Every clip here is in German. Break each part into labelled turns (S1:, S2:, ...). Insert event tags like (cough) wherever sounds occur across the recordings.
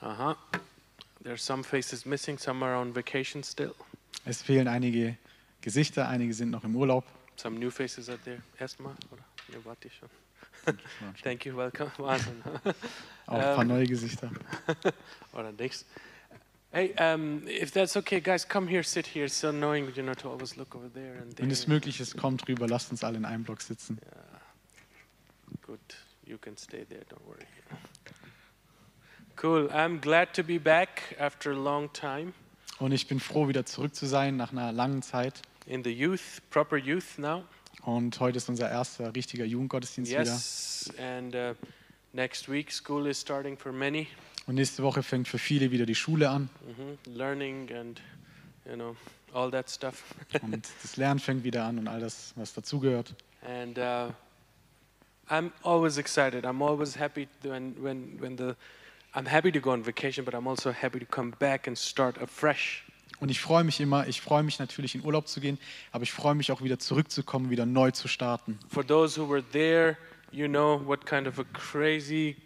S1: Uh-huh. There's some faces missing, some are on vacation still.
S2: Es fehlen einige Gesichter, einige sind noch im Urlaub.
S1: Some new faces are there. Erstmal, oder? Ne, warte ich schon. (laughs) Thank you, welcome. (laughs) Wahnsinn.
S2: Auch ein paar neue Gesichter.
S1: Oder nix. Hey, um, if that's okay, guys, come here, sit here. So knowing, you know, to always look over there and there.
S2: Wenn es möglich ist, kommt rüber, lasst uns alle in einem Block sitzen.
S1: Good. You can stay there, don't worry. Cool. I'm glad to be back after a long time
S2: Und ich bin froh, wieder zurück zu sein nach einer langen Zeit.
S1: in the youth, proper youth now.
S2: Und heute ist unser erster richtiger Jugendgottesdienst
S1: Yes. And uh, next week, school is starting for many.
S2: wieder. Und nächste Woche fängt für viele wieder die Schule an.
S1: hmm Learning and, you know, all that stuff.
S2: Und das Lernen fängt wieder an und all das, was dazugehört.
S1: And uh, I'm always excited. I'm always happy to- when, when, when the, I'm happy to go on vacation, but I'm also happy to come back and start afresh.
S2: Und ich freue mich immer, ich freue mich natürlich in Urlaub zu gehen, aber ich freue mich auch wieder zurückzukommen, wieder neu zu starten.
S1: For those who were there, you know what kind of a crazy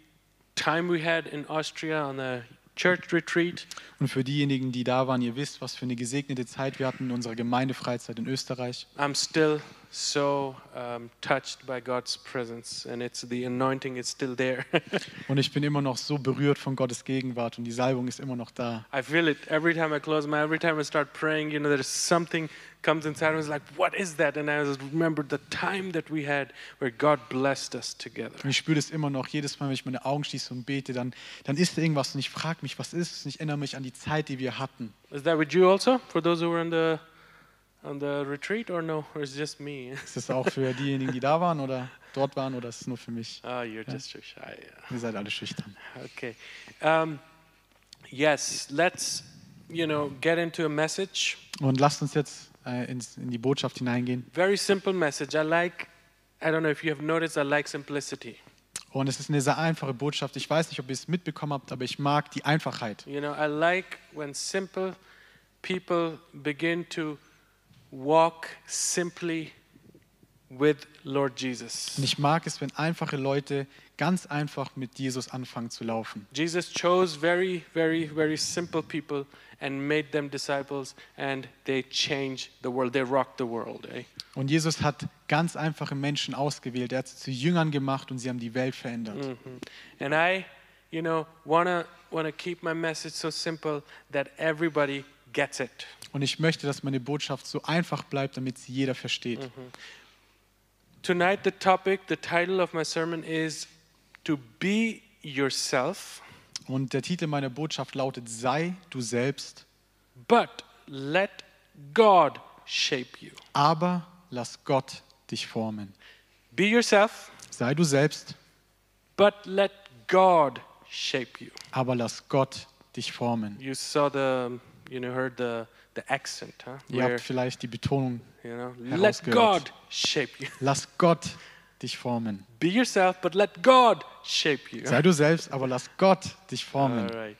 S1: time we had in Austria on a church retreat.
S2: Und für diejenigen, die da waren, ihr wisst, was für eine gesegnete Zeit wir hatten in unserer Gemeindefreizeit in Österreich.
S1: I'm still so um, touched by God's presence, and it's the anointing is still there. (laughs)
S2: Und ich bin immer noch so berührt von Gottes Gegenwart und die Salbung ist immer noch da.
S1: I feel it every time I close my every time I start praying, you know, there's something comes inside. I was like, what is that? And I just remember the time that we had where God blessed us
S2: Und
S1: together.
S2: ich spüre das immer noch, jedes Mal, wenn ich meine Augen schließe und bete, dann, dann ist da irgendwas und ich frage mich, was ist es? Und ich erinnere mich an die Zeit, die wir hatten.
S1: Is that with you also? For those who were on the on the retreat or no? Or is it just me? (laughs)
S2: Ist das auch für diejenigen, die da waren oder dort waren oder ist es nur für mich?
S1: Oh, you're just too shy. Yeah.
S2: Ihr seid alle schüchtern.
S1: Okay. Um, yes, let's you know get into a message.
S2: Und lasst uns jetzt äh, ins, in die Botschaft hineingehen.
S1: Very simple message. I like I don't know if you have noticed, I like simplicity.
S2: Und es ist eine sehr einfache Botschaft. Ich weiß nicht, ob ihr es mitbekommen habt, aber ich mag die Einfachheit.
S1: You know, I like when simple people begin to walk simply with Lord
S2: Und
S1: Jesus.
S2: ich mag es, wenn einfache Leute ganz einfach mit Jesus anfangen zu laufen.
S1: Jesus chose very, very, very simple people and made them disciples, and they changed the world. They rocked the world. Eh?
S2: Und Jesus hat ganz einfache Menschen ausgewählt. Er hat sie zu Jüngern gemacht und sie haben die Welt verändert.
S1: Mhm. Mm-hmm. And I, you know, wanna wanna keep my message so simple that everybody gets it.
S2: Und ich möchte, dass meine Botschaft so einfach bleibt, damit sie jeder versteht.
S1: Tonight, the topic, the title of my sermon is "To Be Yourself."
S2: Und der Titel meiner Botschaft lautet: Sei du selbst,
S1: But let God shape you.
S2: aber lass Gott dich formen.
S1: Be yourself,
S2: Sei du selbst,
S1: but let God shape you.
S2: aber lass Gott dich formen.
S1: You saw the, you know, heard the the accent, huh?
S2: Ihr
S1: Where,
S2: habt vielleicht die Betonung:
S1: you know, let
S2: herausgehört.
S1: God shape you.
S2: Lass Gott dich formen.
S1: Be yourself, but let God shape you.
S2: Sei du selbst, aber lass Gott dich
S1: All
S2: formen.
S1: right.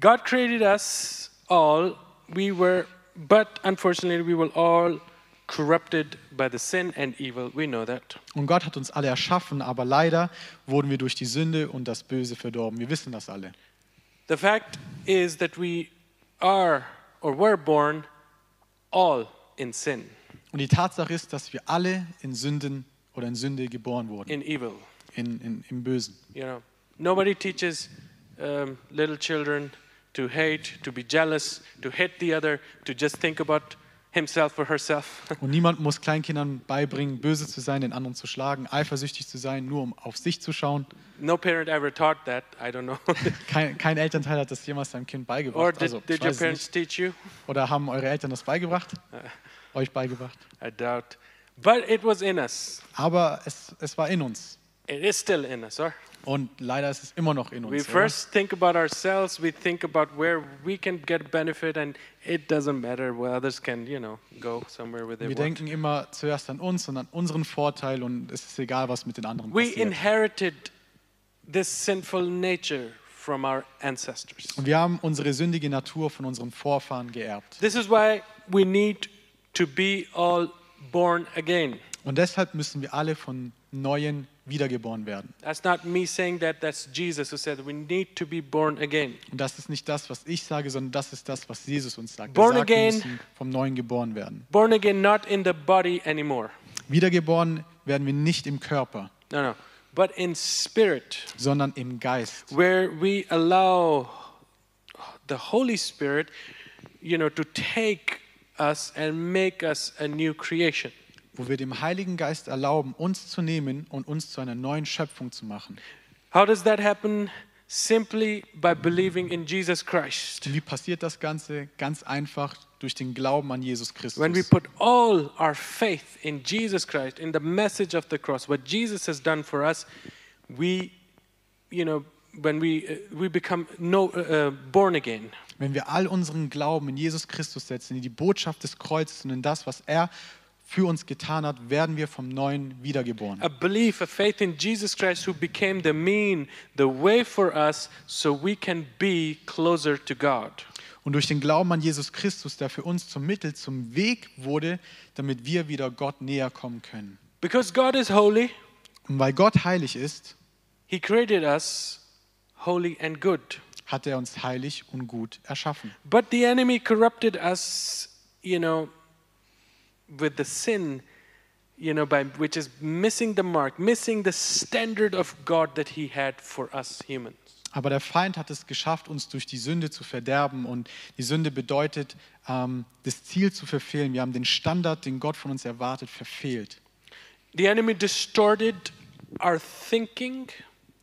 S1: God created us all. We were, but unfortunately, we were all corrupted by the sin and evil. We know that.
S2: Und Gott hat uns alle erschaffen, aber leider wurden wir durch die Sünde und das Böse verdorben. Wir wissen das alle.
S1: The fact is that we are or were born all in sin,
S2: Und die Tatsache ist, dass wir alle in Sünden oder in Sünde geboren wurden,
S1: in evil.
S2: in, in, im Bösen.
S1: You know, nobody teaches um, little children to hate, to be jealous, to hate the other, to just think about himself or herself. (laughs)
S2: Und niemand muss Kleinkindern beibringen, böse zu sein, den anderen zu schlagen, eifersüchtig zu sein, nur um auf sich zu schauen.
S1: no parent ever taught that. I don't know. (laughs)
S2: Kein, kein Elternteil hat das jemals seinem Kind
S1: or
S2: beigebracht.
S1: did,
S2: Also, ich
S1: did your
S2: weiß es nicht.
S1: parents teach you?
S2: Oder haben eure Eltern das beigebracht? Euch beigebracht?
S1: I doubt. But it was in us.
S2: Aber es, es war in uns.
S1: It is still in us, or?
S2: Und leider ist es immer noch in uns.
S1: We
S2: oder?
S1: first think about ourselves, we think about where we can get benefit, and it doesn't matter where others can, you know, go somewhere where they
S2: wir
S1: want.
S2: denken immer zuerst an uns und an unseren Vorteil und es ist egal, was mit den anderen
S1: We
S2: passiert.
S1: inherited this sinful nature from our ancestors.
S2: Und wir haben unsere sündige Natur von unseren Vorfahren geerbt.
S1: This is why we need to be all born again.
S2: Und deshalb müssen wir alle von Neuem wiedergeboren werden.
S1: That's not me saying that, that's Jesus who said we need to be born again.
S2: Und das ist nicht das, was ich sage, sondern das ist das, was Jesus uns sagt.
S1: Born
S2: er sagt,
S1: again.
S2: wir müssen vom Neuen geboren werden.
S1: Born again, not in the body anymore.
S2: Wiedergeboren werden wir nicht im Körper,
S1: No, no. But in spirit,
S2: sondern im Geist.
S1: where we allow the Holy Spirit, you know, to take us and make us a new creation.
S2: wo wir dem Heiligen Geist erlauben, uns zu nehmen und uns zu einer neuen Schöpfung zu machen.
S1: How does that happen? Simply by believing in Jesus Christ.
S2: Wie passiert das Ganze? Ganz einfach durch den Glauben an Jesus Christus.
S1: When we put all our faith in Jesus Christ, in the message of the cross, what Jesus has done for us, we, you know, when we uh, we become no uh, uh, born again.
S2: Wenn wir all unseren Glauben in Jesus Christus setzen, in die Botschaft des Kreuzes und in das, was er für uns getan hat, werden wir vom Neuen wiedergeboren.
S1: a belief, a faith in Jesus Christ who became the mean, the way for us so we can be closer to God.
S2: Und durch den Glauben an Jesus Christus, der für uns zum Mittel, zum Weg wurde, damit wir wieder Gott näher kommen können.
S1: Because God is holy,
S2: Und weil Gott heilig ist,
S1: He created us holy and good.
S2: hat er uns heilig und gut erschaffen.
S1: But the enemy corrupted us, you know, with the sin, you know, by which is missing the mark, missing the standard of God that He had for us humans.
S2: Aber der Feind hat es geschafft, uns durch die Sünde zu verderben. Und die Sünde bedeutet, ähm, das Ziel zu verfehlen. Wir haben den Standard, den Gott von uns erwartet, verfehlt.
S1: The enemy distorted our thinking.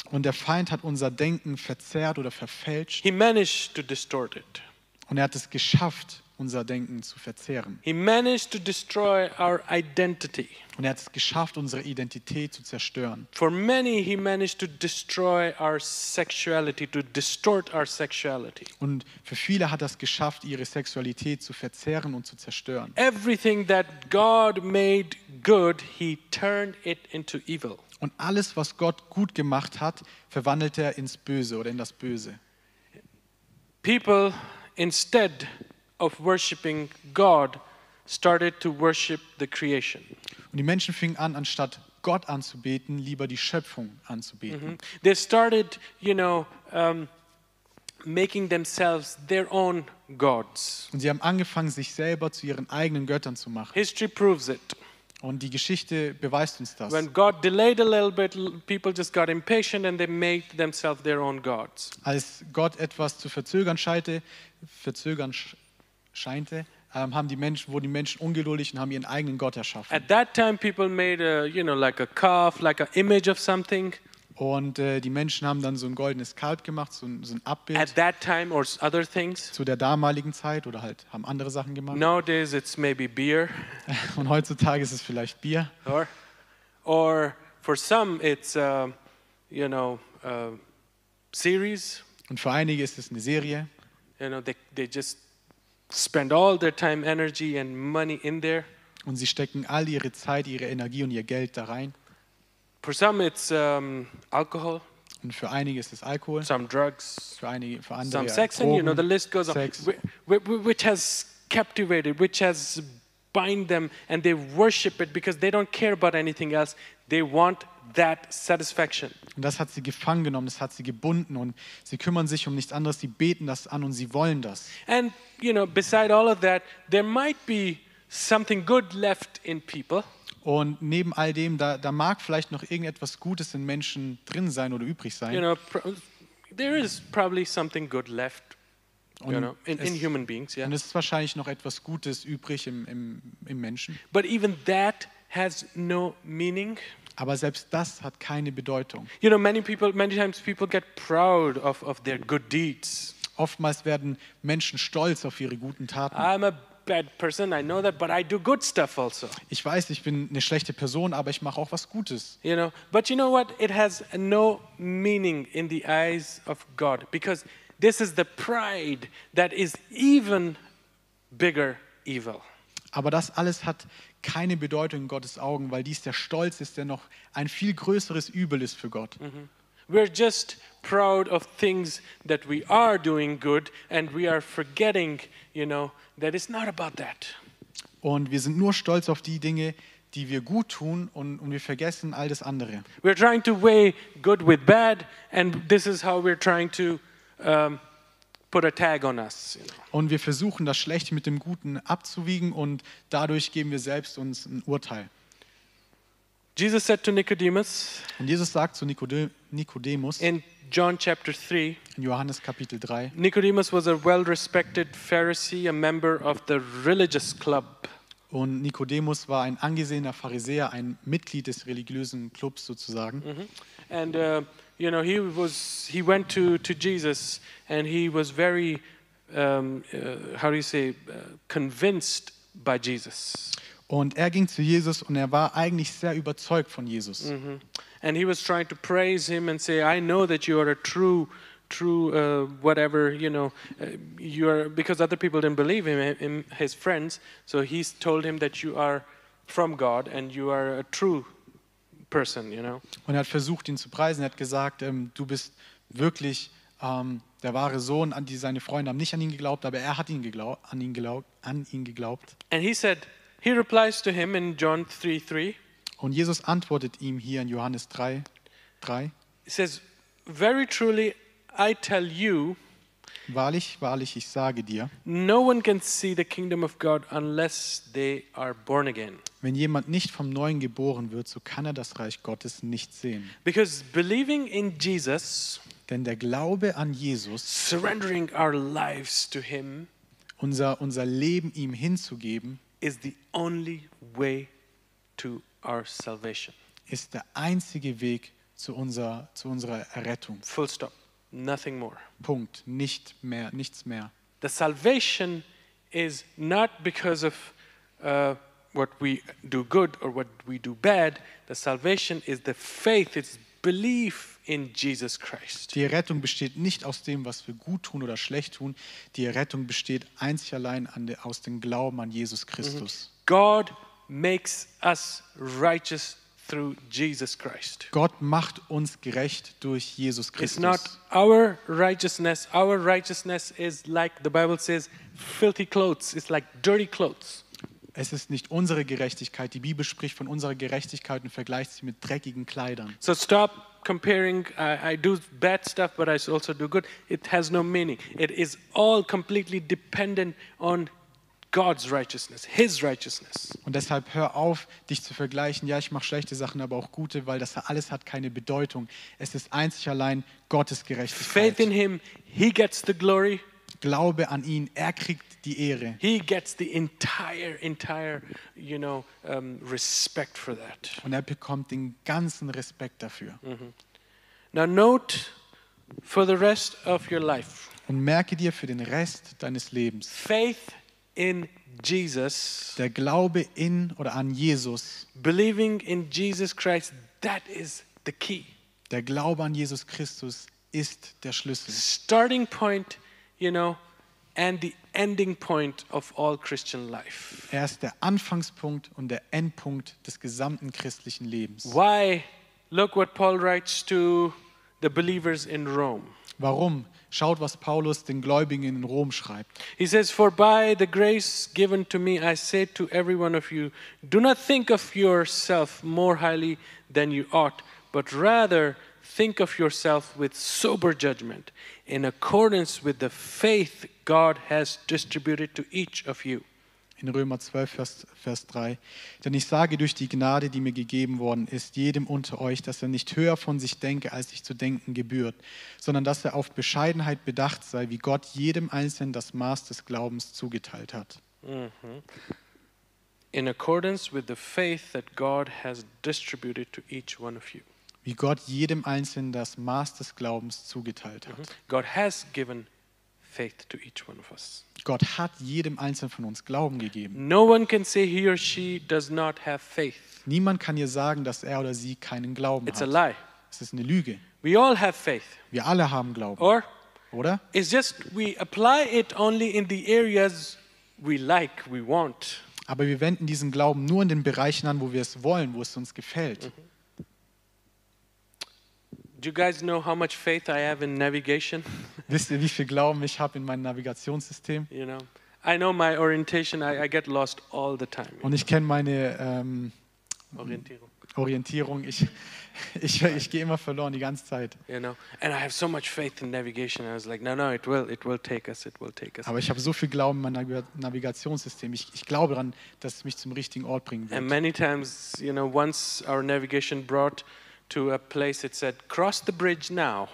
S2: Und der Feind hat unser Denken verzerrt oder verfälscht.
S1: He managed to distort it.
S2: Und er hat es geschafft, unser Denken zu verzehren.
S1: He managed to destroy our identity.
S2: Und er hat es geschafft, unsere Identität zu zerstören.
S1: For many, he managed to destroy our sexuality, to distort our sexuality.
S2: Und für viele hat er es geschafft, ihre Sexualität zu verzehren und zu zerstören.
S1: Everything that God made good, he turned it into evil.
S2: Und alles, was Gott gut gemacht hat, verwandelt er ins Böse oder in das Böse.
S1: People, instead of worshiping God, started to worship the creation.
S2: Und die Menschen fingen an, anstatt Gott anzubeten, lieber die Schöpfung anzubeten.
S1: They started, you know, um, making themselves their own gods.
S2: Und sie haben angefangen, sich selber zu ihren eigenen Göttern zu machen.
S1: History proves it.
S2: Und die Geschichte beweist uns das.
S1: When God delayed a little bit, l- people just got impatient and they made themselves their own gods.
S2: Als Gott etwas zu verzögern scheinte, verzögern sch scheinte ähm, haben die Menschen, wurden die Menschen ungeduldig und haben ihren eigenen Gott erschaffen.
S1: At that time, people made a, you know, like a calf, like an image of something.
S2: Und äh, die Menschen haben dann so ein goldenes Kalb gemacht, so ein, so ein Abbild
S1: At that time, or s- other things.
S2: zu der damaligen Zeit oder halt haben andere Sachen gemacht.
S1: Nowadays, it's maybe beer,
S2: (laughs) Und heutzutage ist es vielleicht Bier.
S1: or, or for some, it's, uh, you know, uh, series.
S2: Und für einige ist es eine Serie.
S1: You know, they, they just spend all their time, energy, and money in there.
S2: Und sie stecken all ihre Zeit, ihre Energie und ihr Geld da rein.
S1: For some, it's um, alcohol,
S2: Und für einige ist es Alkohol,
S1: some drugs,
S2: für einige, für andere
S1: some
S2: ja,
S1: sex and you know the
S2: Drogen,
S1: list goes on
S2: Sex.
S1: wh- wh- which has captivated which has bind them and they worship it because they don't care about anything else they want that satisfaction
S2: Und das hat sie gefangen genommen, das hat sie gebunden und sie kümmern sich um nichts anderes, sie beten das an und sie wollen das.
S1: and you know beside all of that there might be something good left in people
S2: Und neben all dem, da, da mag vielleicht noch irgendetwas Gutes in Menschen drin sein oder übrig sein.
S1: you know pro- there is probably something good left you
S2: Und
S1: know in, in
S2: es-
S1: human beings yeah
S2: Und es ist wahrscheinlich noch etwas Gutes übrig im, im, im Menschen.
S1: but even that has no meaning
S2: Aber selbst das hat keine Bedeutung.
S1: you know many people many times people get proud of, of their good deeds
S2: Oftmals werden Menschen stolz auf ihre guten Taten.
S1: I'm a bad person, I know that, but I do good stuff also.
S2: Ich weiß, ich bin eine schlechte Person, aber ich mache auch was Gutes.
S1: You know, but you know what? It has no meaning in the eyes of God because this is the pride that is even bigger evil.
S2: Aber das alles hat keine Bedeutung in Gottes Augen, weil dies der Stolz ist, der noch ein viel größeres Übel ist für Gott.
S1: We're just proud of things that we are doing good and we are forgetting, you know, that it's not about that.
S2: Und wir sind nur stolz auf die Dinge, die wir gut tun und, und wir vergessen all das andere.
S1: We're trying to weigh good with bad, and this is how we're trying to um, put a tag on us. you know.
S2: Und wir versuchen das Schlechte mit dem Guten abzuwiegen und dadurch geben wir selbst uns ein Urteil.
S1: Jesus said to Nicodemus
S2: Und Jesus sagt zu Nikode- Nikodemus in
S1: in John chapter 3
S2: Johannes Kapitel 3,
S1: Nicodemus was a well respected Pharisee, a member of the religious club.
S2: und Nikodemus war ein angesehener Pharisäer, ein Mitglied des religiösen Clubs sozusagen.
S1: Äh. And, uh, you know, he, was, he went to, to Jesus and he was very, um, uh, how do you say, uh, convinced by Jesus.
S2: Und er ging zu Jesus und er war eigentlich sehr überzeugt von Jesus.
S1: And he was trying to praise him and say, I know that you are a true, true, uh, whatever, you know, uh, you are, because other people didn't believe him, him, his friends. So he's told him that you are from God and you are a true person, you know.
S2: Und er hat versucht, ihn zu preisen. Er hat gesagt, ähm, du bist wirklich ähm, der wahre Sohn, an die seine Freunde haben nicht an ihn geglaubt, aber er hat ihn geglau- an ihn geglaubt, an ihn geglaubt.
S1: And he said, he replies to him in John 3 3.
S2: Und Jesus antwortet ihm hier in Johannes 3, 3
S1: He says, Very truly, I tell you,
S2: Wahrlich, wahrlich, ich sage dir,
S1: no one can see the kingdom of God unless they are born again.
S2: wenn jemand nicht vom Neuen geboren wird, so kann er das Reich Gottes nicht sehen.
S1: Because believing in Jesus,
S2: Denn der Glaube an Jesus,
S1: surrendering our lives to Him,
S2: unser, unser Leben ihm hinzugeben,
S1: is the only way to our salvation.
S2: ist der einzige Weg zu unserer, zu unserer Errettung.
S1: Full stop. Nothing more.
S2: Punkt. Nicht mehr, nichts mehr.
S1: The salvation is not because of uh, what we do good or what we do bad. The salvation is the faith, it's belief in Jesus Christ.
S2: Die Errettung besteht nicht aus dem, was wir gut tun oder schlecht tun. Die Errettung besteht einzig allein an de, aus dem Glauben an Jesus Christus.
S1: God makes us righteous through Jesus Christ.
S2: Gott macht uns gerecht durch Jesus
S1: Mhm. It's
S2: Christus.
S1: not our righteousness. Our righteousness is like the Bible says, filthy clothes. It's like dirty clothes.
S2: es ist nicht unsere Gerechtigkeit. Die Bibel spricht von unserer Gerechtigkeit und vergleicht sie mit dreckigen Kleidern.
S1: So stop comparing. I, I do bad stuff, but I also do good. It has no meaning. It is all completely dependent on God's righteousness, His righteousness.
S2: Und deshalb hör auf, dich zu vergleichen. Ja, ich mache schlechte Sachen, aber auch gute, weil das alles hat keine Bedeutung. Es ist einzig allein Gottes
S1: Faith in
S2: Gerechtigkeit.
S1: Him, He gets the glory.
S2: Glaube an ihn. Er kriegt die Ehre.
S1: He gets the entire, entire, you know, um, respect for that.
S2: Und er bekommt den ganzen Respekt dafür.
S1: Now, note for the rest of your life
S2: Und merke dir für den Rest deines Lebens,
S1: faith in Jesus,
S2: der Glaube in oder an Jesus,
S1: believing in Jesus Christ, that is the key.
S2: der Glaube an Jesus Christus ist der Schlüssel.
S1: Starting point, you know, and the ending point of all Christian life.
S2: Er ist der Anfangspunkt und der Endpunkt des gesamten christlichen Lebens.
S1: Why? Look what Paul writes to the believers in Rome.
S2: Warum? Schaut, was Paulus den Gläubigen in Rom schreibt.
S1: He says, For by the grace given to me, I say to every one of you, do not think of yourself more highly than you ought, but rather think of yourself with sober judgment, in accordance with the faith God has distributed to each of you.
S2: In Römer 12, Vers, Vers 3. Denn ich sage durch die Gnade, die mir gegeben worden ist, jedem unter euch, dass er nicht höher von sich denke, als sich zu denken gebührt, sondern dass er auf Bescheidenheit bedacht sei, wie Gott jedem Einzelnen das Maß des Glaubens zugeteilt hat.
S1: In accordance with the faith that God has distributed to each one of you.
S2: Wie Gott jedem Einzelnen das Maß des Glaubens zugeteilt hat.
S1: God has given faith to each one of us.
S2: Gott hat jedem Einzelnen von uns Glauben gegeben.
S1: No one can say he or she does not have faith.
S2: Niemand kann dir sagen, dass er oder sie keinen Glauben
S1: It's a
S2: hat.
S1: lie.
S2: Es ist eine Lüge.
S1: We all have faith.
S2: Wir alle haben Glauben,
S1: Or
S2: oder?
S1: it's just we apply it only in the areas we like, we want.
S2: Aber wir wenden diesen Glauben nur in den Bereichen an, wo wir es wollen, wo es uns gefällt.
S1: Do you guys know how much faith I have in navigation?
S2: Wisst ihr, wie viel Glauben ich habe in meinem Navigationssystem?
S1: You know, I know my orientation, I, I get lost all the time.
S2: Und ich kenne meine ähm,
S1: Orientierung.
S2: Orientierung. Ich, (laughs) ich, ich gehe immer verloren die ganze Zeit.
S1: You know, and I have so much faith in navigation. I was like, no, no, it will, it will take us, it will take us.
S2: Aber ich habe so viel Glauben an mein Navi- Navigationssystem. Ich, ich glaube daran, dass es mich zum richtigen Ort bringen
S1: And
S2: wird.
S1: many times, you know, once our navigation brought to a place, it said, cross the bridge now.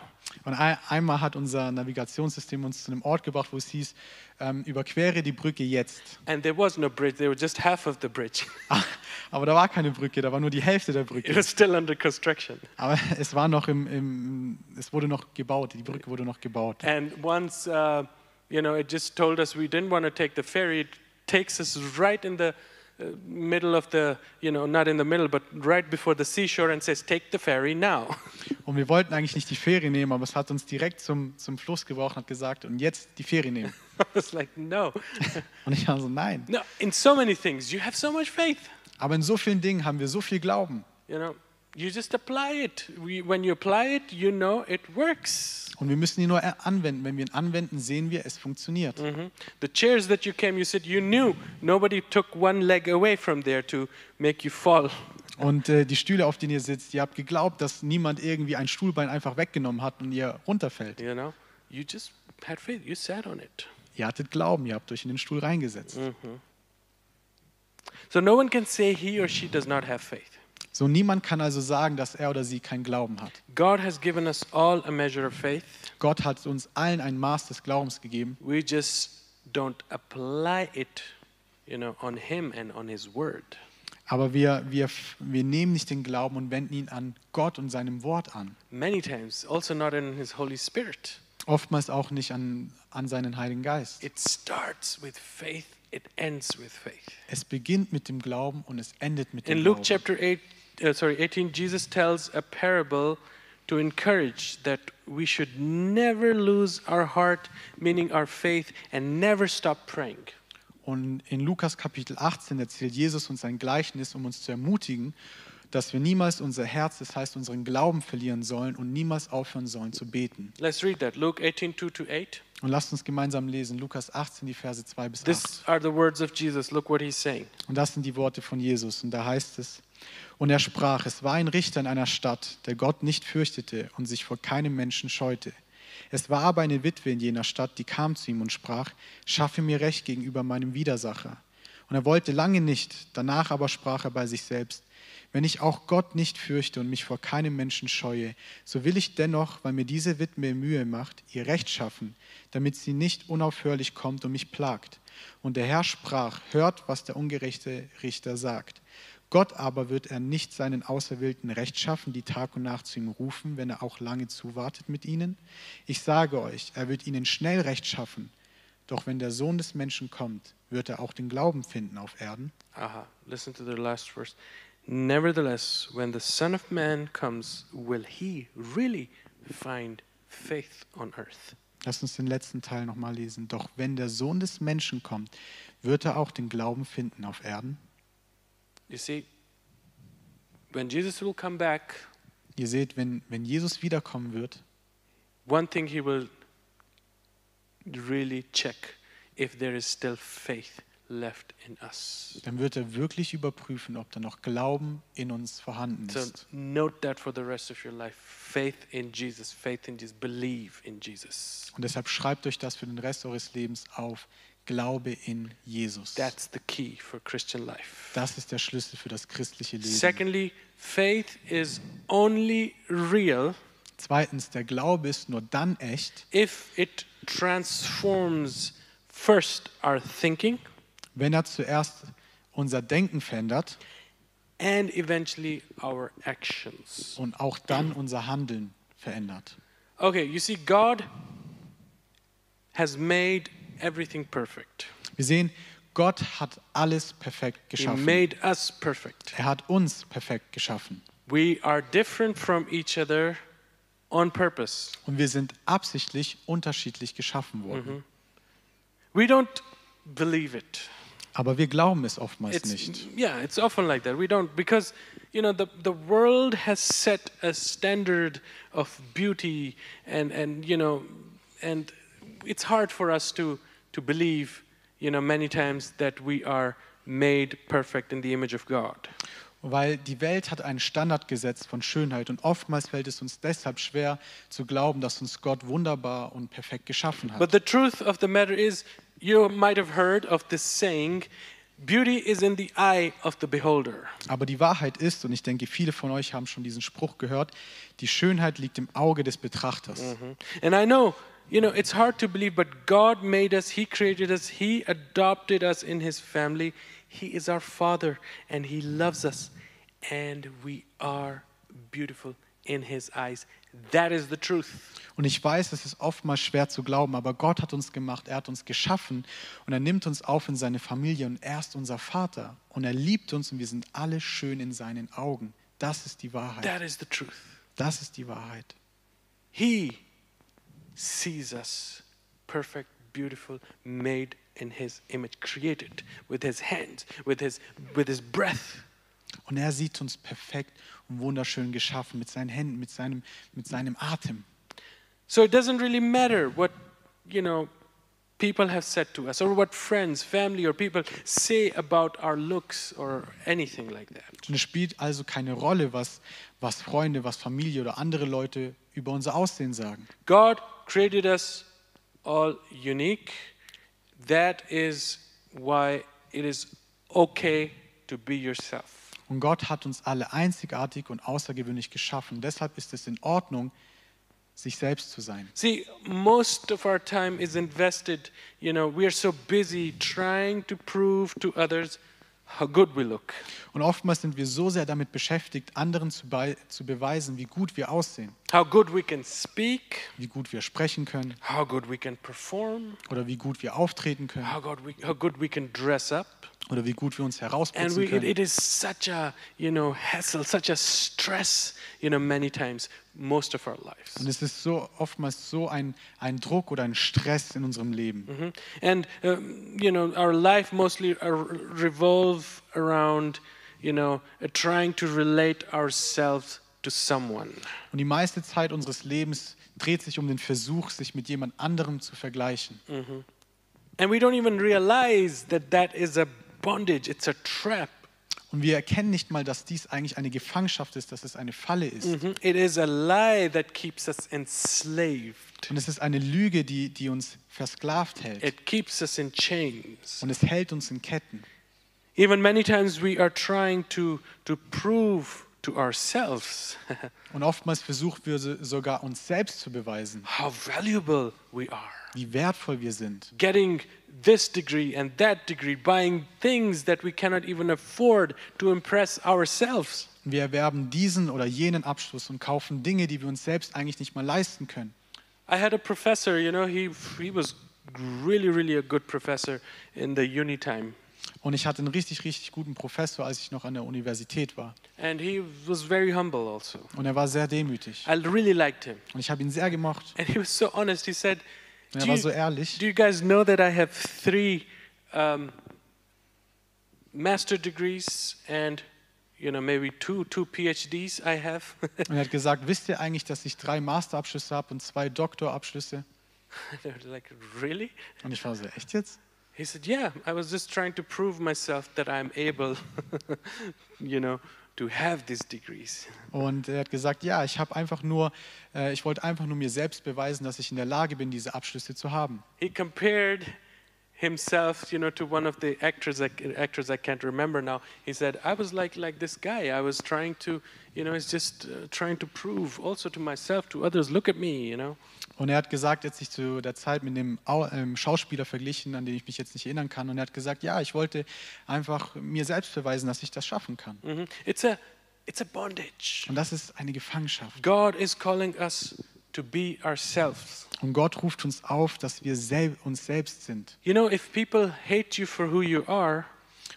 S2: Und ein, einmal hat unser Navigationssystem uns zu einem Ort gebracht, wo es hieß, ähm, überquere die Brücke jetzt. (laughs)
S1: And there was no bridge, there was just half of the bridge. (laughs)
S2: Aber da war keine Brücke, da war nur die Hälfte der
S1: it
S2: Brücke.
S1: was still under construction.
S2: Aber (laughs) es war noch im, im es wurde noch gebaut, die Brücke wurde noch gebaut.
S1: And once, uh, you know, it just told us we didn't want to take the ferry. It takes us right in the uh, middle of the, you know, not in the middle, but right before the seashore and says, take the ferry now. (laughs)
S2: Und wir wollten eigentlich nicht die Fähre nehmen, aber es hat uns direkt zum, zum Fluss gebraucht und hat gesagt, und jetzt die Fähre nehmen.
S1: I was like, no.
S2: (laughs) Und ich war so, nein.
S1: No, in so many things, you have so much faith.
S2: Aber in so vielen Dingen haben wir so viel Glauben.
S1: You know, you just apply it. We, when you apply it, you know it works.
S2: Und wir müssen ihn nur a- anwenden. Wenn wir ihn anwenden, sehen wir, es funktioniert.
S1: Mhm. The chairs that you came, you said you knew nobody took one leg away from there to make you fall.
S2: Und äh, die Stühle, auf denen ihr sitzt, ihr habt geglaubt, dass niemand irgendwie ein Stuhlbein einfach weggenommen hat und ihr runterfällt.
S1: You know, you just had faith. You sat on it.
S2: Ihr hattet Glauben, ihr habt euch in den Stuhl reingesetzt.
S1: So no one can say he or she does not have faith.
S2: So niemand kann also sagen, dass er oder sie keinen Glauben hat.
S1: God has given us all a measure of faith.
S2: Gott hat uns allen ein Maß des Glaubens gegeben.
S1: We just don't apply it, you know, on him and on his word.
S2: Aber wir, wir, wir nehmen nicht den Glauben und wenden ihn an Gott und seinem Wort an.
S1: Many times, also not in his Holy Spirit.
S2: Oftmals auch nicht an, an seinen Heiligen Geist.
S1: It starts with faith, it ends with faith.
S2: Es beginnt mit dem Glauben und es endet mit dem
S1: In Luke
S2: Glauben.
S1: chapter 8, uh, sorry, 18, Jesus tells a parable to encourage that we should never lose our heart, meaning our faith, and never stop praying.
S2: Und in Lukas Kapitel 18 erzählt Jesus uns ein Gleichnis, um uns zu ermutigen, dass wir niemals unser Herz, das heißt unseren Glauben verlieren sollen und niemals aufhören sollen zu beten.
S1: Let's read that. Luke 18, 2 to 8.
S2: Und lasst uns gemeinsam lesen, Lukas 18, die Verse 2 bis 8.
S1: These are the words of Jesus. Look what he's saying.
S2: Und das sind die Worte von Jesus. Und da heißt es, und er sprach, es war ein Richter in einer Stadt, der Gott nicht fürchtete und sich vor keinem Menschen scheute. Es war aber eine Witwe in jener Stadt, die kam zu ihm und sprach, schaffe mir Recht gegenüber meinem Widersacher. Und er wollte lange nicht, danach aber sprach er bei sich selbst, wenn ich auch Gott nicht fürchte und mich vor keinem Menschen scheue, so will ich dennoch, weil mir diese Witwe Mühe macht, ihr Recht schaffen, damit sie nicht unaufhörlich kommt und mich plagt. Und der Herr sprach, hört, was der ungerechte Richter sagt. Gott aber wird er nicht seinen Auserwählten Recht schaffen, die Tag und Nacht zu ihm rufen, wenn er auch lange zuwartet mit ihnen? Ich sage euch, er wird ihnen schnell Recht schaffen. Doch wenn der Sohn des Menschen kommt, wird er auch den Glauben finden auf Erden?
S1: Aha. Listen to the last verse. Nevertheless, when the Son of Man comes, will he really find faith on earth?
S2: Lass uns den letzten Teil nochmal lesen. Doch wenn der Sohn des Menschen kommt, wird er auch den Glauben finden auf Erden.
S1: You see, when Jesus will come back,
S2: Ihr seht, wenn, wenn Jesus wiederkommen wird,
S1: one thing he will really check if there is still faith left in us.
S2: dann wird er wirklich überprüfen, ob da noch Glauben in uns vorhanden
S1: So
S2: ist.
S1: note that for the rest of your life. Faith in Jesus, faith in Jesus, believe in Jesus.
S2: Und deshalb schreibt euch das für den Rest eures Lebens auf. Glaube in Jesus.
S1: That's the key for Christian life.
S2: Das ist der Schlüssel für das christliche Leben.
S1: Secondly, faith is only real
S2: Zweitens, der Glaube ist nur dann echt,
S1: if it transforms first our thinking
S2: wenn er zuerst unser Denken verändert
S1: and eventually our actions.
S2: und auch
S1: (clears throat)
S2: dann unser Handeln verändert.
S1: Okay, you see, God has made everything perfect,
S2: Wir sehen, Gott hat alles perfekt
S1: He
S2: geschaffen.
S1: made us perfect.
S2: Er hat uns perfekt geschaffen.
S1: We are different from each other on purpose.
S2: Und wir sind absichtlich unterschiedlich geschaffen worden.
S1: Mhm. We don't believe it.
S2: Aber wir glauben es oftmals
S1: it's,
S2: nicht.
S1: Yeah, it's often like that. We don't because you know the the world has set a standard of beauty and and you know and it's hard for us to to believe you know many times that we are made perfect in the image of God.
S2: weil die Welt hat einen Standard gesetzt von Schönheit und oftmals fällt es uns deshalb schwer zu glauben, dass uns Gott wunderbar und perfekt geschaffen hat.
S1: But the truth of the matter is, you might have heard of this saying beauty is in the eye of the beholder.
S2: Aber die Wahrheit ist, und ich denke, viele von euch haben schon diesen Spruch gehört, die Schönheit liegt im Auge des
S1: Mhm.
S2: Betrachters.
S1: Mm-hmm. And I know, you know, it's hard to believe, but God made us, He created us, He adopted us in His family. He is our Father, and He loves us, and we are beautiful in His eyes. That is the truth.
S2: Und ich weiß, es ist oftmals schwer zu glauben, aber Gott hat uns gemacht, er hat uns geschaffen und er nimmt uns auf in seine Familie und er ist unser Vater und er liebt uns und wir sind alle schön in seinen Augen. Das ist die Wahrheit.
S1: That is the truth.
S2: Das ist die Wahrheit.
S1: He sees us perfect, beautiful, made in his image, created with his hands, with his with his breath.
S2: Und er sieht uns perfekt und wunderschön geschaffen mit seinen Händen, mit seinem, mit seinem Atem.
S1: So it doesn't really matter what you know people have said to us or what friends, family or people say about our looks or anything like that.
S2: Und es spielt also keine Rolle, was, was Freunde, was Familie oder andere Leute über unser Aussehen sagen.
S1: God created us all unique. That is why it is okay to be yourself.
S2: Und Gott hat uns alle einzigartig und außergewöhnlich geschaffen. Deshalb ist es in Ordnung, sich selbst zu sein.
S1: See, most of our time is invested, you know, we are so busy trying to prove to others how good we look.
S2: Und oftmals sind wir so sehr damit beschäftigt, anderen zu, bei, zu beweisen, wie gut wir aussehen,
S1: how good we can speak,
S2: wie gut wir sprechen können
S1: how good we can perform,
S2: oder wie gut wir auftreten können
S1: how good we, how good we can dress up.
S2: oder wie gut wir uns
S1: And
S2: herausputzen
S1: we, it,
S2: können.
S1: it is such a, you know, hassle, such a stress, you know, many times, most of our
S2: Und
S1: lives.
S2: es ist so oftmals so ein, ein Druck oder ein Stress in unserem Leben.
S1: Mhm. And, um, you know, our life mostly uh, revolve around, you know, uh, trying to relate ourselves to someone.
S2: Und die meiste Zeit unseres Lebens dreht sich um den Versuch, sich mit jemand anderem zu vergleichen.
S1: Mm. And we don't even realize that that is a bondage, it's a trap.
S2: Und wir erkennen nicht mal, dass dies eigentlich eine Gefangenschaft ist, dass es eine Falle ist.
S1: Mhm. It is a lie that keeps us enslaved,
S2: Und es ist eine Lüge, die, die uns versklavt hält.
S1: it keeps us in chains.
S2: Und es hält uns in Ketten.
S1: Even many times we are trying to, to prove to ourselves (laughs)
S2: Und oftmals versuchen wir so- sogar uns selbst zu beweisen,
S1: how valuable we are.
S2: wie wertvoll wir sind.
S1: Getting this degree and that degree, buying things that we cannot even afford to impress ourselves.
S2: Und wir erwerben diesen oder jenen Abschluss und kaufen Dinge, die wir uns selbst eigentlich nicht mal leisten können.
S1: I had a professor, you know, he, he was really, really a good professor in the uni time.
S2: Und ich hatte einen richtig, richtig guten Professor, als ich noch an der Universität war.
S1: And he was very humble also.
S2: Und er war sehr demütig.
S1: I really liked him.
S2: Und ich habe ihn sehr gemocht.
S1: And he was so honest. He said,
S2: Und
S1: "Do
S2: er war
S1: you-
S2: so ehrlich.
S1: Do you guys know that I have three um, master degrees and you know maybe two two PhDs I have? (laughs)
S2: Und er hat gesagt, wisst ihr eigentlich, dass ich drei Masterabschlüsse habe und zwei Doktorabschlüsse?
S1: They're like really?
S2: Und ich war so, echt jetzt?
S1: He said, "Yeah, I was just trying to prove myself that I'm able, (laughs) you know, to have these degrees."
S2: Und er hat gesagt, ja, ich habe einfach nur, äh, ich wollte einfach nur mir selbst beweisen, dass ich in der Lage bin, diese Abschlüsse zu haben.
S1: He compared himself, you know, to one of the actors I, actors I can't remember now. He said, "I was like like this guy. I was trying to, you know, it's just uh, trying to prove also to myself, to others, look at me, you know."
S2: Und er hat gesagt, er hat sich zu der Zeit mit dem Au ähm, Schauspieler verglichen, an den ich mich jetzt nicht erinnern kann. Und er hat gesagt, ja, ich wollte einfach mir selbst beweisen, dass ich das schaffen kann.
S1: Mhm. It's a it's a bondage.
S2: Und das ist eine Gefangenschaft.
S1: God is calling us to be ourselves.
S2: Und Gott ruft uns auf, dass wir sel uns selbst sind.
S1: You know, if people hate you for who you are,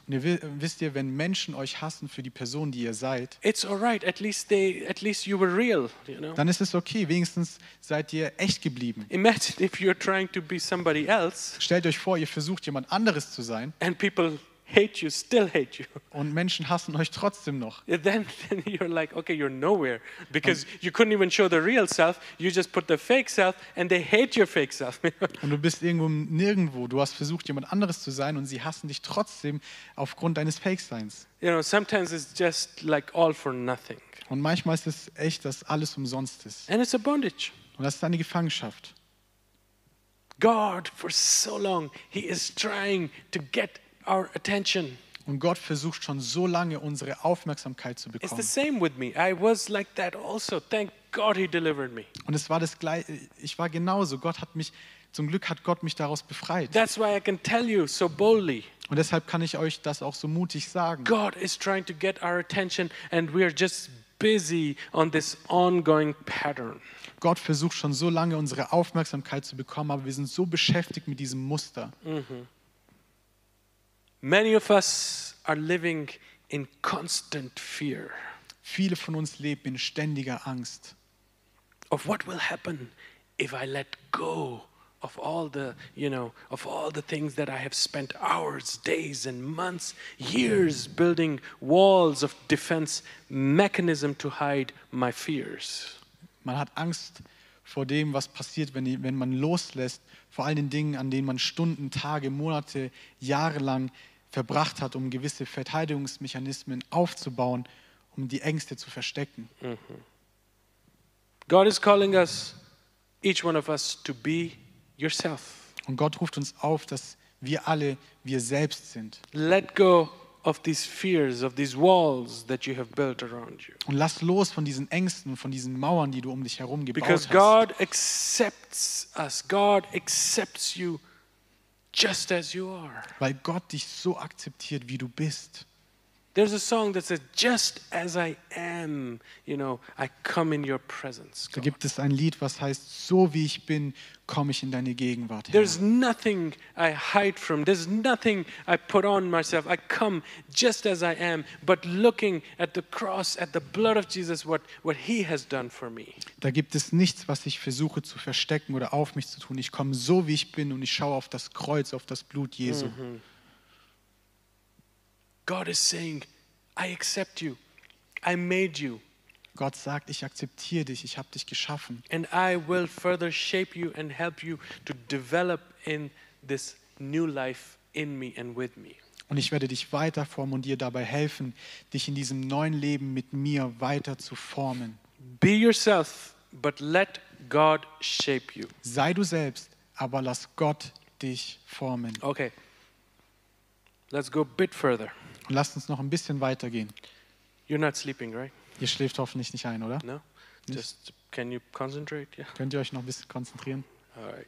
S2: Und ihr wi- wisst ihr, wenn Menschen euch hassen für die Person, die ihr seid,
S1: it's all right. At least they at least you were real, you know.
S2: dann ist es okay. Wenigstens seid ihr echt geblieben.
S1: Imagine if you're trying to be somebody else
S2: Stellt euch vor, ihr versucht jemand anderes zu sein
S1: and people hate you still hate you,
S2: Und Menschen hassen euch trotzdem noch.
S1: then, (laughs) then you're like, okay, you're nowhere because you couldn't even show the real self. You just put the fake self, and they hate your fake self. (laughs)
S2: Und du bist irgendwo im nirgendwo. Du hast versucht, jemand anderes zu sein und sie hassen dich trotzdem aufgrund deines Fake-Seins.
S1: you know, sometimes it's just like all for nothing,
S2: Und manchmal ist es echt, dass alles umsonst ist.
S1: and it's a bondage.
S2: Und das ist eine Gefangenschaft.
S1: God, for so long, He is trying to get our attention.
S2: Und Gott versucht schon so lange, unsere Aufmerksamkeit zu
S1: It's the
S2: bekommen.
S1: same with me. I was like that also. Thank God He delivered me.
S2: Und es war das gleiche. Ich war genauso. Gott hat mich, zum Glück hat Gott mich daraus befreit.
S1: That's why I can tell you so boldly
S2: Und deshalb kann ich euch das auch so mutig sagen.
S1: God is trying to get our attention, and we are just busy on this ongoing pattern.
S2: Gott versucht schon so lange, unsere Aufmerksamkeit zu bekommen, aber wir sind so beschäftigt mit diesem Muster.
S1: Many of us are living in constant fear
S2: Viele von uns leben in ständiger Angst.
S1: of what will happen if I let go of all the, you know, of all the things that I have spent hours, days and months, years building walls of defense mechanism to hide my fears.
S2: Man hat Angst vor dem, was passiert, wenn, die- wenn man loslässt, vor allen den Dingen, an denen man Stunden, Tage, Monate, Jahre lang verbracht hat, um gewisse Verteidigungsmechanismen aufzubauen, um die Ängste zu verstecken.
S1: God is calling us each one of us to be yourself.
S2: Und Gott ruft uns auf, dass wir alle wir selbst sind.
S1: Let go of these fears, of these walls that you have built around you.
S2: Und lass los von diesen Ängsten und von diesen Mauern, die du um dich herum gebaut
S1: Because
S2: hast.
S1: God accepts us, God accepts you just as you are.
S2: weil Gott dich so akzeptiert, wie du bist.
S1: There's a song that says, Just as I am, you know, I come in your presence.
S2: Da
S1: God."
S2: gibt es ein Lied, was heißt, so wie ich bin, komme ich in deine Gegenwart. Herr.
S1: There's nothing I hide from. There's nothing I put on myself. I come just as I am, but looking at the cross, at the blood of Jesus, what, what He has done for me.
S2: Da gibt es nichts, was ich versuche zu verstecken oder auf mich zu tun. Ich komme so, wie ich bin und ich schaue auf das Kreuz, auf das Blut Jesu.
S1: God is saying, I accept you. I made you.
S2: Gott sagt, ich akzeptiere dich, ich habe dich geschaffen.
S1: And I will further shape you and help you to develop in this new life in me and with me.
S2: Und ich werde dich weiter formen und dir dabei helfen, dich in diesem neuen Leben mit mir weiter zu formen.
S1: Be yourself, but let God shape you.
S2: Sei du selbst, aber lass Gott dich formen.
S1: Okay. Let's go a bit further.
S2: Und lasst uns noch ein bisschen weitergehen.
S1: You're not sleeping, right?
S2: Ihr schläft hoffentlich nicht ein, oder?
S1: No? Just can you concentrate? Yeah.
S2: Könnt ihr euch noch ein bisschen konzentrieren?
S1: All right.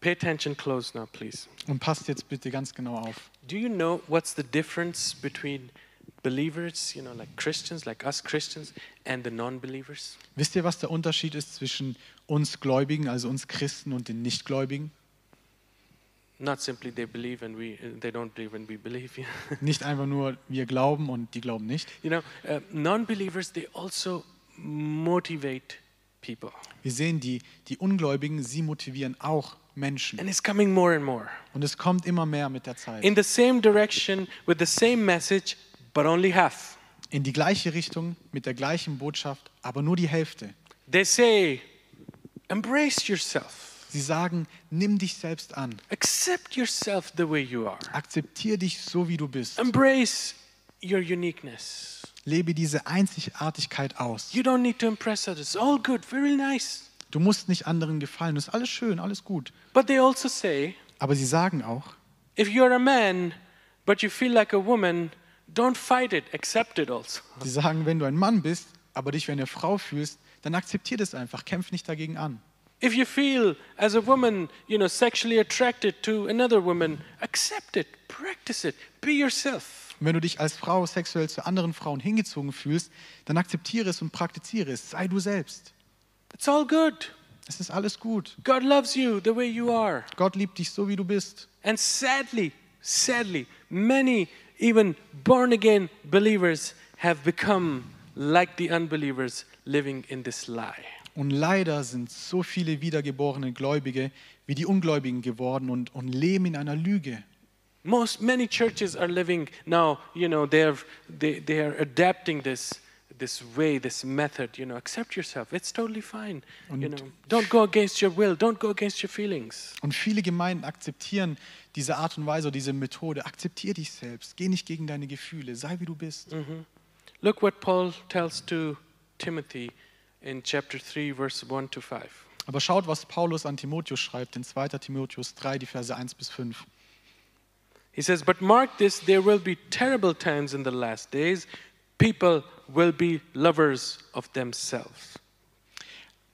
S1: Pay attention close now, please.
S2: Und passt jetzt bitte ganz genau auf.
S1: Do you know what's the difference between believers, you know, like Christians, like us Christians, and the non believers?
S2: Wisst ihr, was der Unterschied ist zwischen uns Gläubigen, also uns Christen und den Nichtgläubigen?
S1: Not simply they believe and we, uh, they don't believe and we believe. (laughs) you know.
S2: Nicht einfach nur wir glauben und die glauben nicht.
S1: you know, uh, non believers, they also motivate people.
S2: Wir sehen die, die Ungläubigen, sie motivieren auch Menschen.
S1: And it's coming more and more
S2: Und es kommt immer mehr mit der Zeit.
S1: in the same direction with the same message, but only half.
S2: In die gleiche Richtung, mit der gleichen Botschaft, aber nur die Hälfte.
S1: They say, embrace yourself,
S2: Sie sagen, nimm dich selbst an.
S1: accept yourself the way you are,
S2: Akzeptier dich so, wie du bist.
S1: embrace your uniqueness.
S2: Lebe diese Einzigartigkeit aus.
S1: You don't need to impress others. All good, very nice.
S2: Du musst nicht anderen gefallen. Das ist alles schön, alles gut.
S1: But they also say,
S2: Aber sie sagen auch,
S1: if you're a man, but you feel like a woman, don't fight it, accept it also.
S2: Sie sagen, wenn du ein Mann bist, aber dich wie eine Frau fühlst, dann akzeptier das einfach, kämpf nicht dagegen an.
S1: If you feel as a woman, you know, sexually attracted to another woman, accept it, practice it, be yourself.
S2: Und wenn du dich als Frau sexuell zu anderen Frauen hingezogen fühlst, dann akzeptiere es und praktiziere es. Sei du selbst.
S1: It's all good.
S2: Es ist alles gut.
S1: God loves you the way you are.
S2: Gott liebt dich so, wie du bist.
S1: And sadly, sadly, many even born again believers have become like the unbelievers living in this lie.
S2: Und leider sind so viele wiedergeborene Gläubige wie die Ungläubigen geworden und, und leben in einer Lüge.
S1: Most many churches are living now, you know, they're they, they are adapting this this way, this method, you know, accept yourself. It's totally fine. you know, don't go against your will, don't go against your feelings.
S2: Und viele Gemeinden akzeptieren diese Art und Weise, diese Methode. Akzeptier dich selbst, geh nicht gegen deine Gefühle, sei wie du bist.
S1: Look what Paul tells to Timothy in chapter 3 verse 1 to 5.
S2: Aber schaut, was Paulus an Timotheus schreibt, in 2. Timotheus 3, die Verse 1 bis 5.
S1: He says, But mark this, there will be terrible times in the last days. People will be lovers of themselves.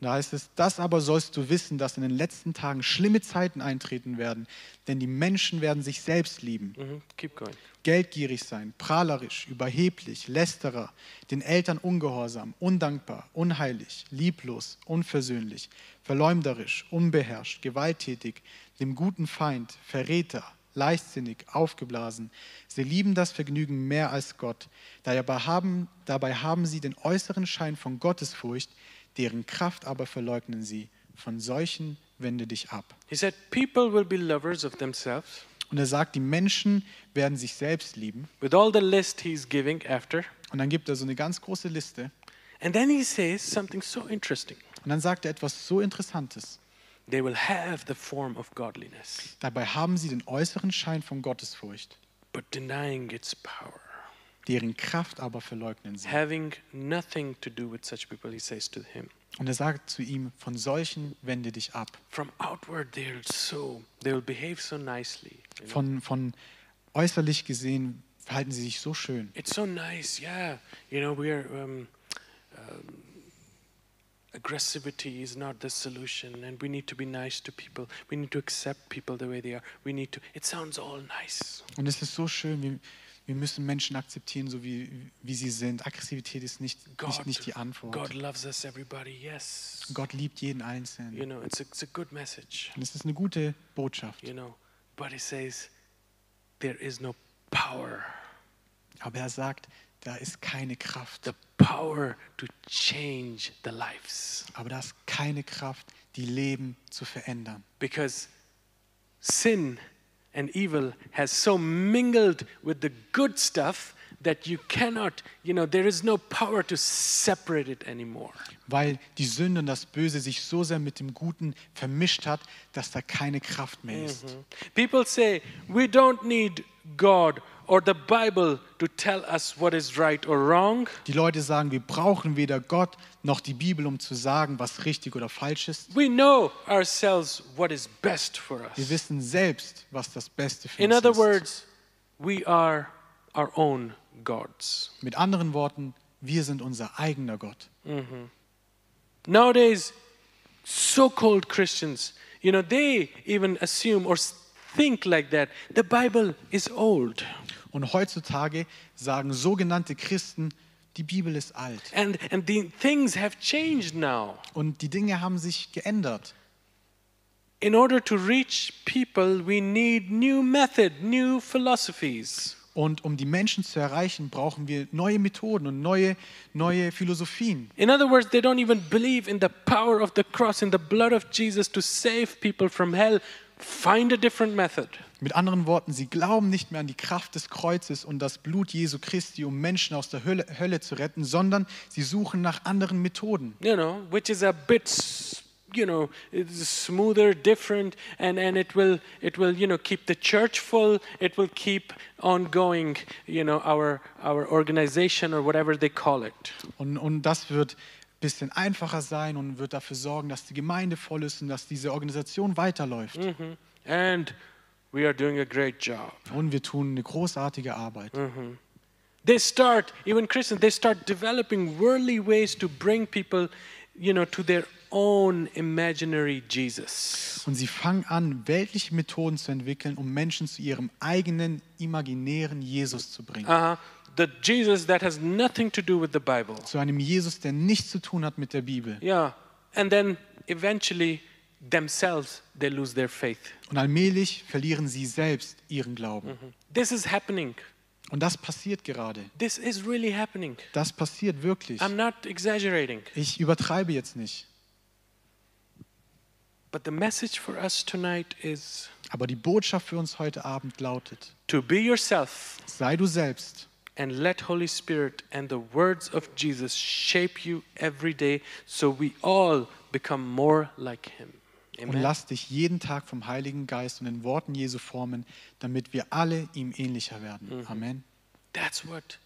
S2: Da heißt es, das aber sollst du wissen, dass in den letzten Tagen schlimme Zeiten eintreten werden, denn die Menschen werden sich selbst lieben,
S1: Mhm, Keep going.
S2: geldgierig sein, prahlerisch, überheblich, lästerer, den Eltern ungehorsam, undankbar, unheilig, lieblos, unversöhnlich, verleumderisch, unbeherrscht, gewalttätig, dem guten Feind, Verräter, leichtsinnig, aufgeblasen. Sie lieben das Vergnügen mehr als Gott. Dabei haben, dabei haben sie den äußeren Schein von Gottesfurcht, deren Kraft aber verleugnen sie. Von solchen wende dich ab.
S1: He said, People will be lovers of themselves.
S2: Und er sagt, die Menschen werden sich selbst lieben.
S1: With all the list he's giving after.
S2: Und dann gibt er so eine ganz große Liste.
S1: And then he says something so interesting.
S2: Und dann sagt er etwas so Interessantes.
S1: They will have the form of godliness,
S2: Dabei haben sie den äußeren Schein von Gottesfurcht,
S1: but denying its power.
S2: deren Kraft aber verleugnen sie.
S1: Having nothing to do with such people, he says to him.
S2: Und er sagt zu ihm, von solchen wende dich ab.
S1: From outward, they'll so they will behave so nicely. you know.
S2: Von, von äußerlich gesehen verhalten sie sich so schön.
S1: It's so nice, yeah. You know, we are. Um, um, aggressivity is not the solution, and we need to be nice to people. We need to accept people the way they are. We need to. It sounds all nice.
S2: Und es ist so schön, wir, wir müssen Menschen akzeptieren, so wie, wie sie sind. Aggressivität ist nicht, nicht, nicht die
S1: God
S2: Antwort.
S1: loves us, everybody. Yes.
S2: Gott liebt jeden
S1: You
S2: Einzelnen.
S1: know, it's a, it's a good message.
S2: Und es ist eine gute Botschaft.
S1: You know, but it says there is no power.
S2: Aber er sagt, da ist keine Kraft.
S1: The power to change the lives.
S2: Aber da ist keine Kraft, die Leben zu verändern.
S1: Because sin and evil has so mingled with the good stuff that you cannot, you know, there is no power to separate it anymore.
S2: weil die Sünde und das Böse sich so sehr mit dem Guten vermischt hat, dass da keine Kraft mehr ist.
S1: Mhm. People say we don't need God or the Bible to tell us what is right or wrong.
S2: Die Leute sagen, wir brauchen weder Gott noch die Bibel, um zu sagen, was richtig oder falsch ist.
S1: We know ourselves what is best for
S2: Wir
S1: us.
S2: wissen selbst, was das Beste für
S1: In
S2: uns
S1: other
S2: ist.
S1: words, we are our own gods.
S2: Mit anderen Worten, wir sind unser eigener Gott.
S1: Nowadays, so called Christians, you know, they even assume or s- think like that. The Bible is old
S2: Und heutzutage sagen sogenannte Christen, die Bibel ist alt.
S1: and, and the things have changed now.
S2: Und die Dinge haben sich geändert.
S1: In order to reach people, we need new method, new philosophies.
S2: Und um die Menschen zu erreichen, brauchen wir neue Methoden und neue, neue Philosophien.
S1: In other words, they don't even believe in the power of the cross, in the blood of Jesus to save people from hell. Find a different method.
S2: Mit anderen Worten, sie glauben nicht mehr an die Kraft des Kreuzes und das Blut Jesu Christi, um Menschen aus der Hölle, Hölle zu retten, sondern sie suchen nach anderen Methoden.
S1: you know, which is a bit, s- you know, it's smoother, different, and and it will it will you know keep the church full. It will keep on going, you know, our our organization or whatever they call it.
S2: Und, und das wird ein bisschen einfacher sein und wird dafür sorgen, dass die Gemeinde voll ist und dass diese Organisation weiterläuft.
S1: And we are doing a great job.
S2: Und wir tun eine großartige Arbeit.
S1: They start even Christians. They start developing worldly ways to bring people, you know, to their own imaginary Jesus.
S2: Und sie fangen an, weltliche Methoden zu entwickeln, um Menschen zu ihrem eigenen imaginären Jesus zu bringen.
S1: Uh, the Jesus that has nothing to do with the Bible.
S2: Zu einem Jesus, der nichts zu tun hat mit der Bibel.
S1: Yeah. And then eventually themselves they lose their faith.
S2: Und allmählich verlieren sie selbst ihren Glauben.
S1: This is happening.
S2: Und das passiert gerade.
S1: This is really happening.
S2: Das passiert wirklich.
S1: I'm not exaggerating.
S2: Ich übertreibe jetzt nicht.
S1: But the message for us tonight is
S2: Aber die Botschaft für uns heute Abend lautet,
S1: to be yourself
S2: sei du selbst
S1: and let Holy Spirit and the words of Jesus shape you every day so we all become more like him.
S2: und
S1: Amen.
S2: lass dich jeden Tag vom Heiligen Geist und den Worten Jesu formen, damit wir alle ihm ähnlicher
S1: Mhm.
S2: werden. Amen.
S1: That's what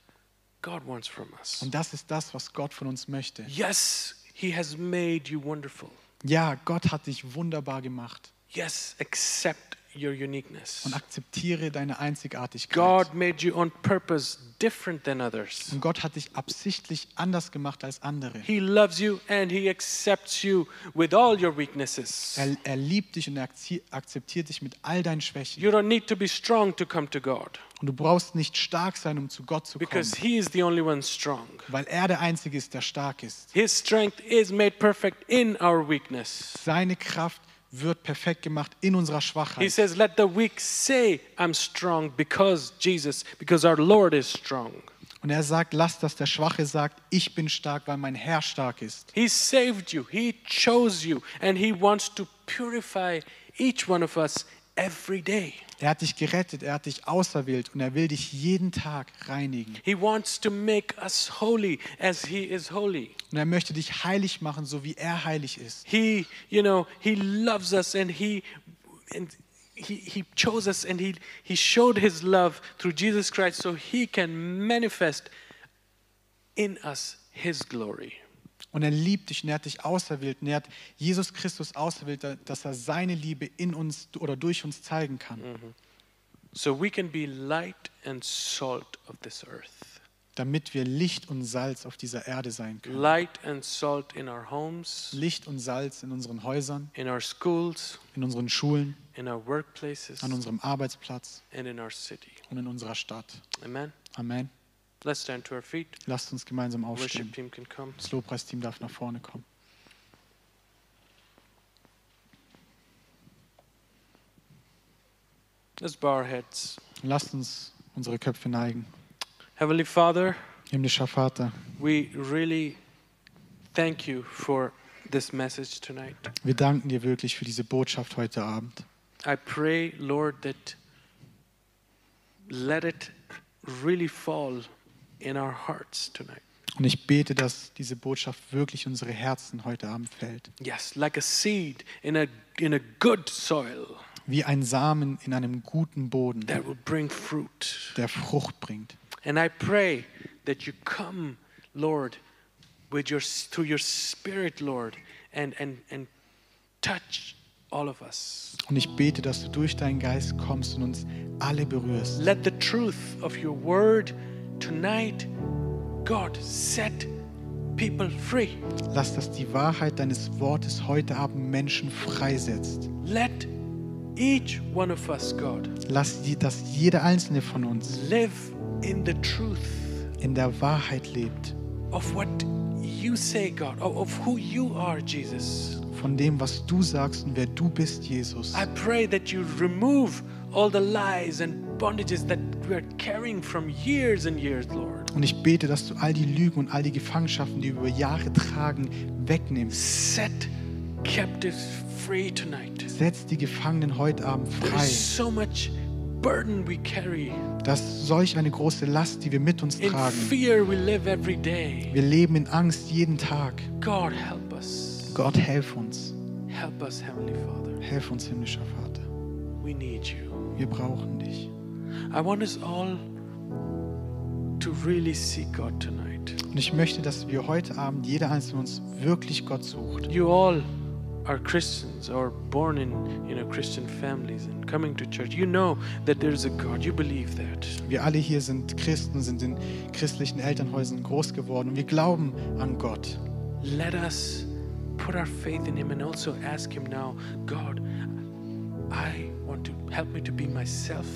S1: God wants from us.
S2: Und das ist das, was Gott von uns möchte.
S1: Yes, he has made you wonderful.
S2: Ja, Gott hat dich wunderbar gemacht
S1: Yes, accept your uniqueness.
S2: und akzeptiere deine Einzigartigkeit.
S1: God made you on purpose different than others.
S2: Und Gott hat dich absichtlich anders gemacht als andere.
S1: He loves you and he accepts you with all your weaknesses.
S2: Er, er liebt dich und er akzi- akzeptiert dich mit all deinen Schwächen.
S1: You don't need to be strong to come to God
S2: Und du brauchst nicht stark sein, um zu Gott zu kommen,
S1: because he is the only one strong.
S2: weil er der Einzige ist, der stark ist.
S1: His strength is made perfect in our weakness.
S2: Seine Kraft wird perfekt gemacht in unserer
S1: He
S2: Schwachheit.
S1: says, Let the weak say, I'm strong because Jesus, because our Lord is strong.
S2: Und er sagt, lass, dass der Schwache sagt, ich bin stark, weil mein Herr stark ist.
S1: He saved you, He chose you, and He wants to purify each one of us every day.
S2: Er hat dich gerettet, er hat dich auserwählt und er will dich jeden Tag reinigen.
S1: He wants to make us holy as He is holy.
S2: Und er möchte dich heilig machen, so wie er heilig ist.
S1: He, you know, He loves us and He and he, he chose us and he, he showed his love through Jesus Christ so he can manifest in us his glory.
S2: Und er liebt dich und er hat dich auserwählt und er hat Jesus Christus auserwählt, da- dass er seine Liebe in uns oder durch uns zeigen kann,
S1: Mhm. So we can be light and salt of this earth.
S2: damit wir Licht und Salz auf dieser Erde sein können.
S1: Light and salt in our homes,
S2: Licht und Salz in unseren Häusern,
S1: in our schools,
S2: in unseren Schulen,
S1: in our workplaces,
S2: an unserem Arbeitsplatz
S1: and in our city.
S2: und in unserer Stadt.
S1: Amen.
S2: Amen.
S1: Let's stand to our feet.
S2: Lasst uns gemeinsam
S1: Worship
S2: aufstehen.
S1: team can come.
S2: Das Lobpreisteam darf nach vorne kommen.
S1: Let's bow our heads.
S2: Und Lasst uns unsere Köpfe neigen.
S1: Heavenly Father,
S2: Himmlischer Vater,
S1: we really thank you for this message tonight.
S2: wir danken dir wirklich für diese Botschaft heute Abend.
S1: I pray, Lord, that let it really fall in our hearts tonight.
S2: Und ich bete, dass diese Botschaft wirklich unsere Herzen heute Abend fällt.
S1: Yes, like a seed in a in a good soil
S2: Wie ein Samen in einem guten Boden,
S1: that will bring fruit.
S2: der Frucht bringt.
S1: And I pray that you come, Lord, with your through your spirit, Lord, and and and touch all of us.
S2: Und ich bete, dass du durch deinen Geist kommst und uns alle berührst.
S1: Let the truth of your word tonight, God, set people free.
S2: Lass, dass die Wahrheit deines Wortes heute Abend Menschen freisetzt.
S1: Let each one of us, God,
S2: Lass, die- dass jeder einzelne von uns
S1: live in the truth
S2: in der Wahrheit lebt.
S1: of what you say, God, of, of who you are, Jesus.
S2: Von dem, was du sagst und wer du bist, Jesus.
S1: I pray that you remove all the lies and bondages that we are carrying from years and years, Lord.
S2: Und ich bete, dass du all die Lügen und all die Gefangenschaften, die wir über Jahre tragen, wegnimmst.
S1: Set captives free tonight.
S2: Setz die Gefangenen heute Abend
S1: There
S2: frei.
S1: is so much burden we carry.
S2: Das ist solch eine große Last, die wir mit uns
S1: In
S2: tragen.
S1: fear we live every day.
S2: Wir leben in Angst jeden Tag.
S1: God, help us.
S2: Gott, helf uns.
S1: Help us, Heavenly Father.
S2: Helf uns, himmlischer Vater.
S1: We need you.
S2: Wir brauchen dich.
S1: I want us all to really seek God tonight.
S2: Und ich möchte, dass wir heute Abend, jeder einzelne uns, wirklich Gott sucht.
S1: You all are Christians or born in you know Christian families and coming to church. You know that there is a God. You believe that.
S2: Wir alle hier sind Christen, sind in christlichen Elternhäusern groß geworden und wir glauben an Gott.
S1: Let us put our faith in Him and also ask Him now, God, I want to help me to be myself.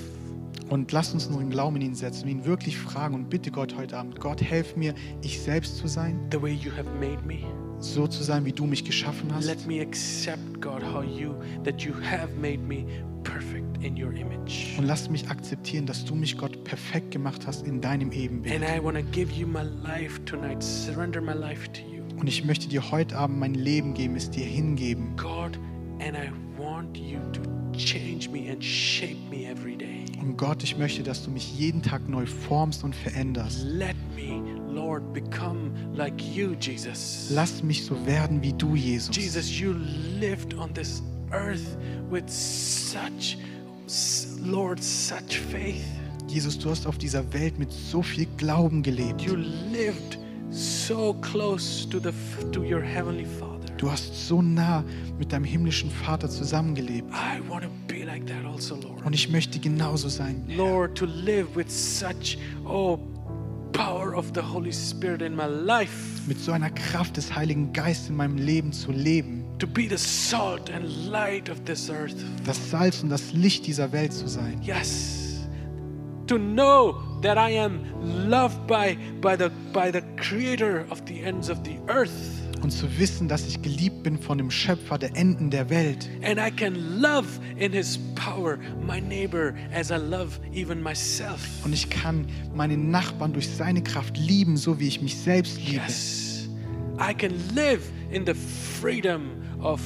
S2: Und lasst uns unseren Glauben in ihn setzen und ihn wirklich fragen und bitte Gott heute Abend, Gott, helf mir, ich selbst zu sein,
S1: The way you have made me.
S2: so zu sein, wie du mich geschaffen hast.
S1: Let me accept, God, how you that you have made me perfect in your image.
S2: Und lass mich akzeptieren, dass du mich, Gott, perfekt gemacht hast in deinem Ebenbild.
S1: And I want to give you my life tonight. Surrender my life to you.
S2: Und ich möchte dir heute Abend mein Leben geben, es dir hingeben.
S1: God, And I want you to change me and shape me every day.
S2: Und Gott, ich möchte, dass du mich jeden Tag neu formst und veränderst.
S1: Let me, Lord, become like you, Jesus.
S2: Lass mich so werden wie du, Jesus.
S1: Jesus, you lived on this earth with such, s- Lord, such faith.
S2: Jesus, du hast auf dieser Welt mit so viel Glauben gelebt.
S1: You lived so close to the f- to your heavenly Father.
S2: Du hast so nah mit deinem himmlischen Vater zusammengelebt.
S1: I want to be like that also, Lord.
S2: Und ich möchte genauso sein.
S1: Lord, to live with such oh power of the Holy Spirit in my life,
S2: Mit so einer Kraft des Heiligen Geistes in meinem Leben zu leben.
S1: to be the salt and light of this earth.
S2: Das Salz und das Licht dieser Welt zu sein.
S1: Yes. To know that I am loved by by the by the creator of the ends of the earth
S2: Und zu wissen, dass ich geliebt bin von dem Schöpfer der Enden der Welt.
S1: and I can love in his power my neighbor as I love even myself.
S2: Und ich kann meinen Nachbarn durch seine Kraft lieben, so wie ich mich selbst liebe.
S1: Yes. I can live in the freedom of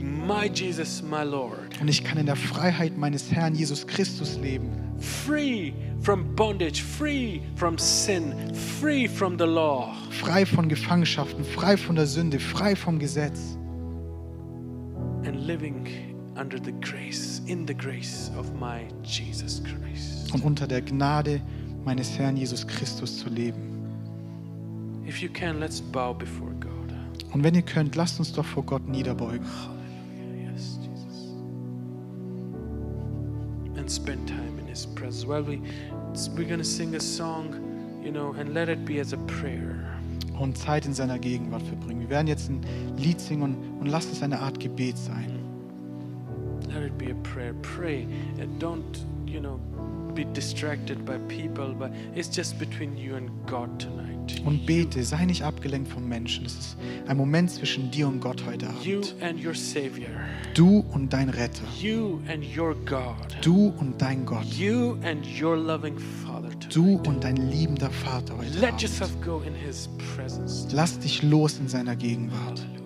S1: my Jesus my Lord.
S2: Und ich kann in der Freiheit meines Herrn Jesus Christus leben.
S1: Free from bondage, free from sin, free from the law.
S2: Frei von Gefangenschaften, frei von der Sünde, frei vom Gesetz.
S1: and living under the grace, in the grace of my Jesus Christ.
S2: und unter der Gnade meines Herrn Jesus Christus zu leben.
S1: If you can, let's bow before God.
S2: Und wenn ihr könnt, lasst uns doch vor Gott niederbeugen
S1: Hallelujah. Yes, Jesus. And spend time in His presence. Well, we, we're going to sing a song, you know, and let it be as a prayer.
S2: und Zeit in seiner Gegenwart verbringen. Wir werden jetzt ein Lied singen und, und lasst es eine Art Gebet sein.
S1: Let it be a prayer. Pray and don't, you know, be distracted by people, but it's just between you and God tonight.
S2: Und bete, sei nicht abgelenkt vom Menschen. Es ist ein Moment zwischen dir und Gott heute
S1: You
S2: Abend.
S1: and your Savior.
S2: Du und dein Retter.
S1: You and your God.
S2: Du und dein Gott.
S1: You and your loving Father. tonight.
S2: Du und dein liebender Vater heute
S1: Let
S2: Abend.
S1: yourself go in His presence.
S2: Lass dich los in seiner Gegenwart.
S1: Hallelujah.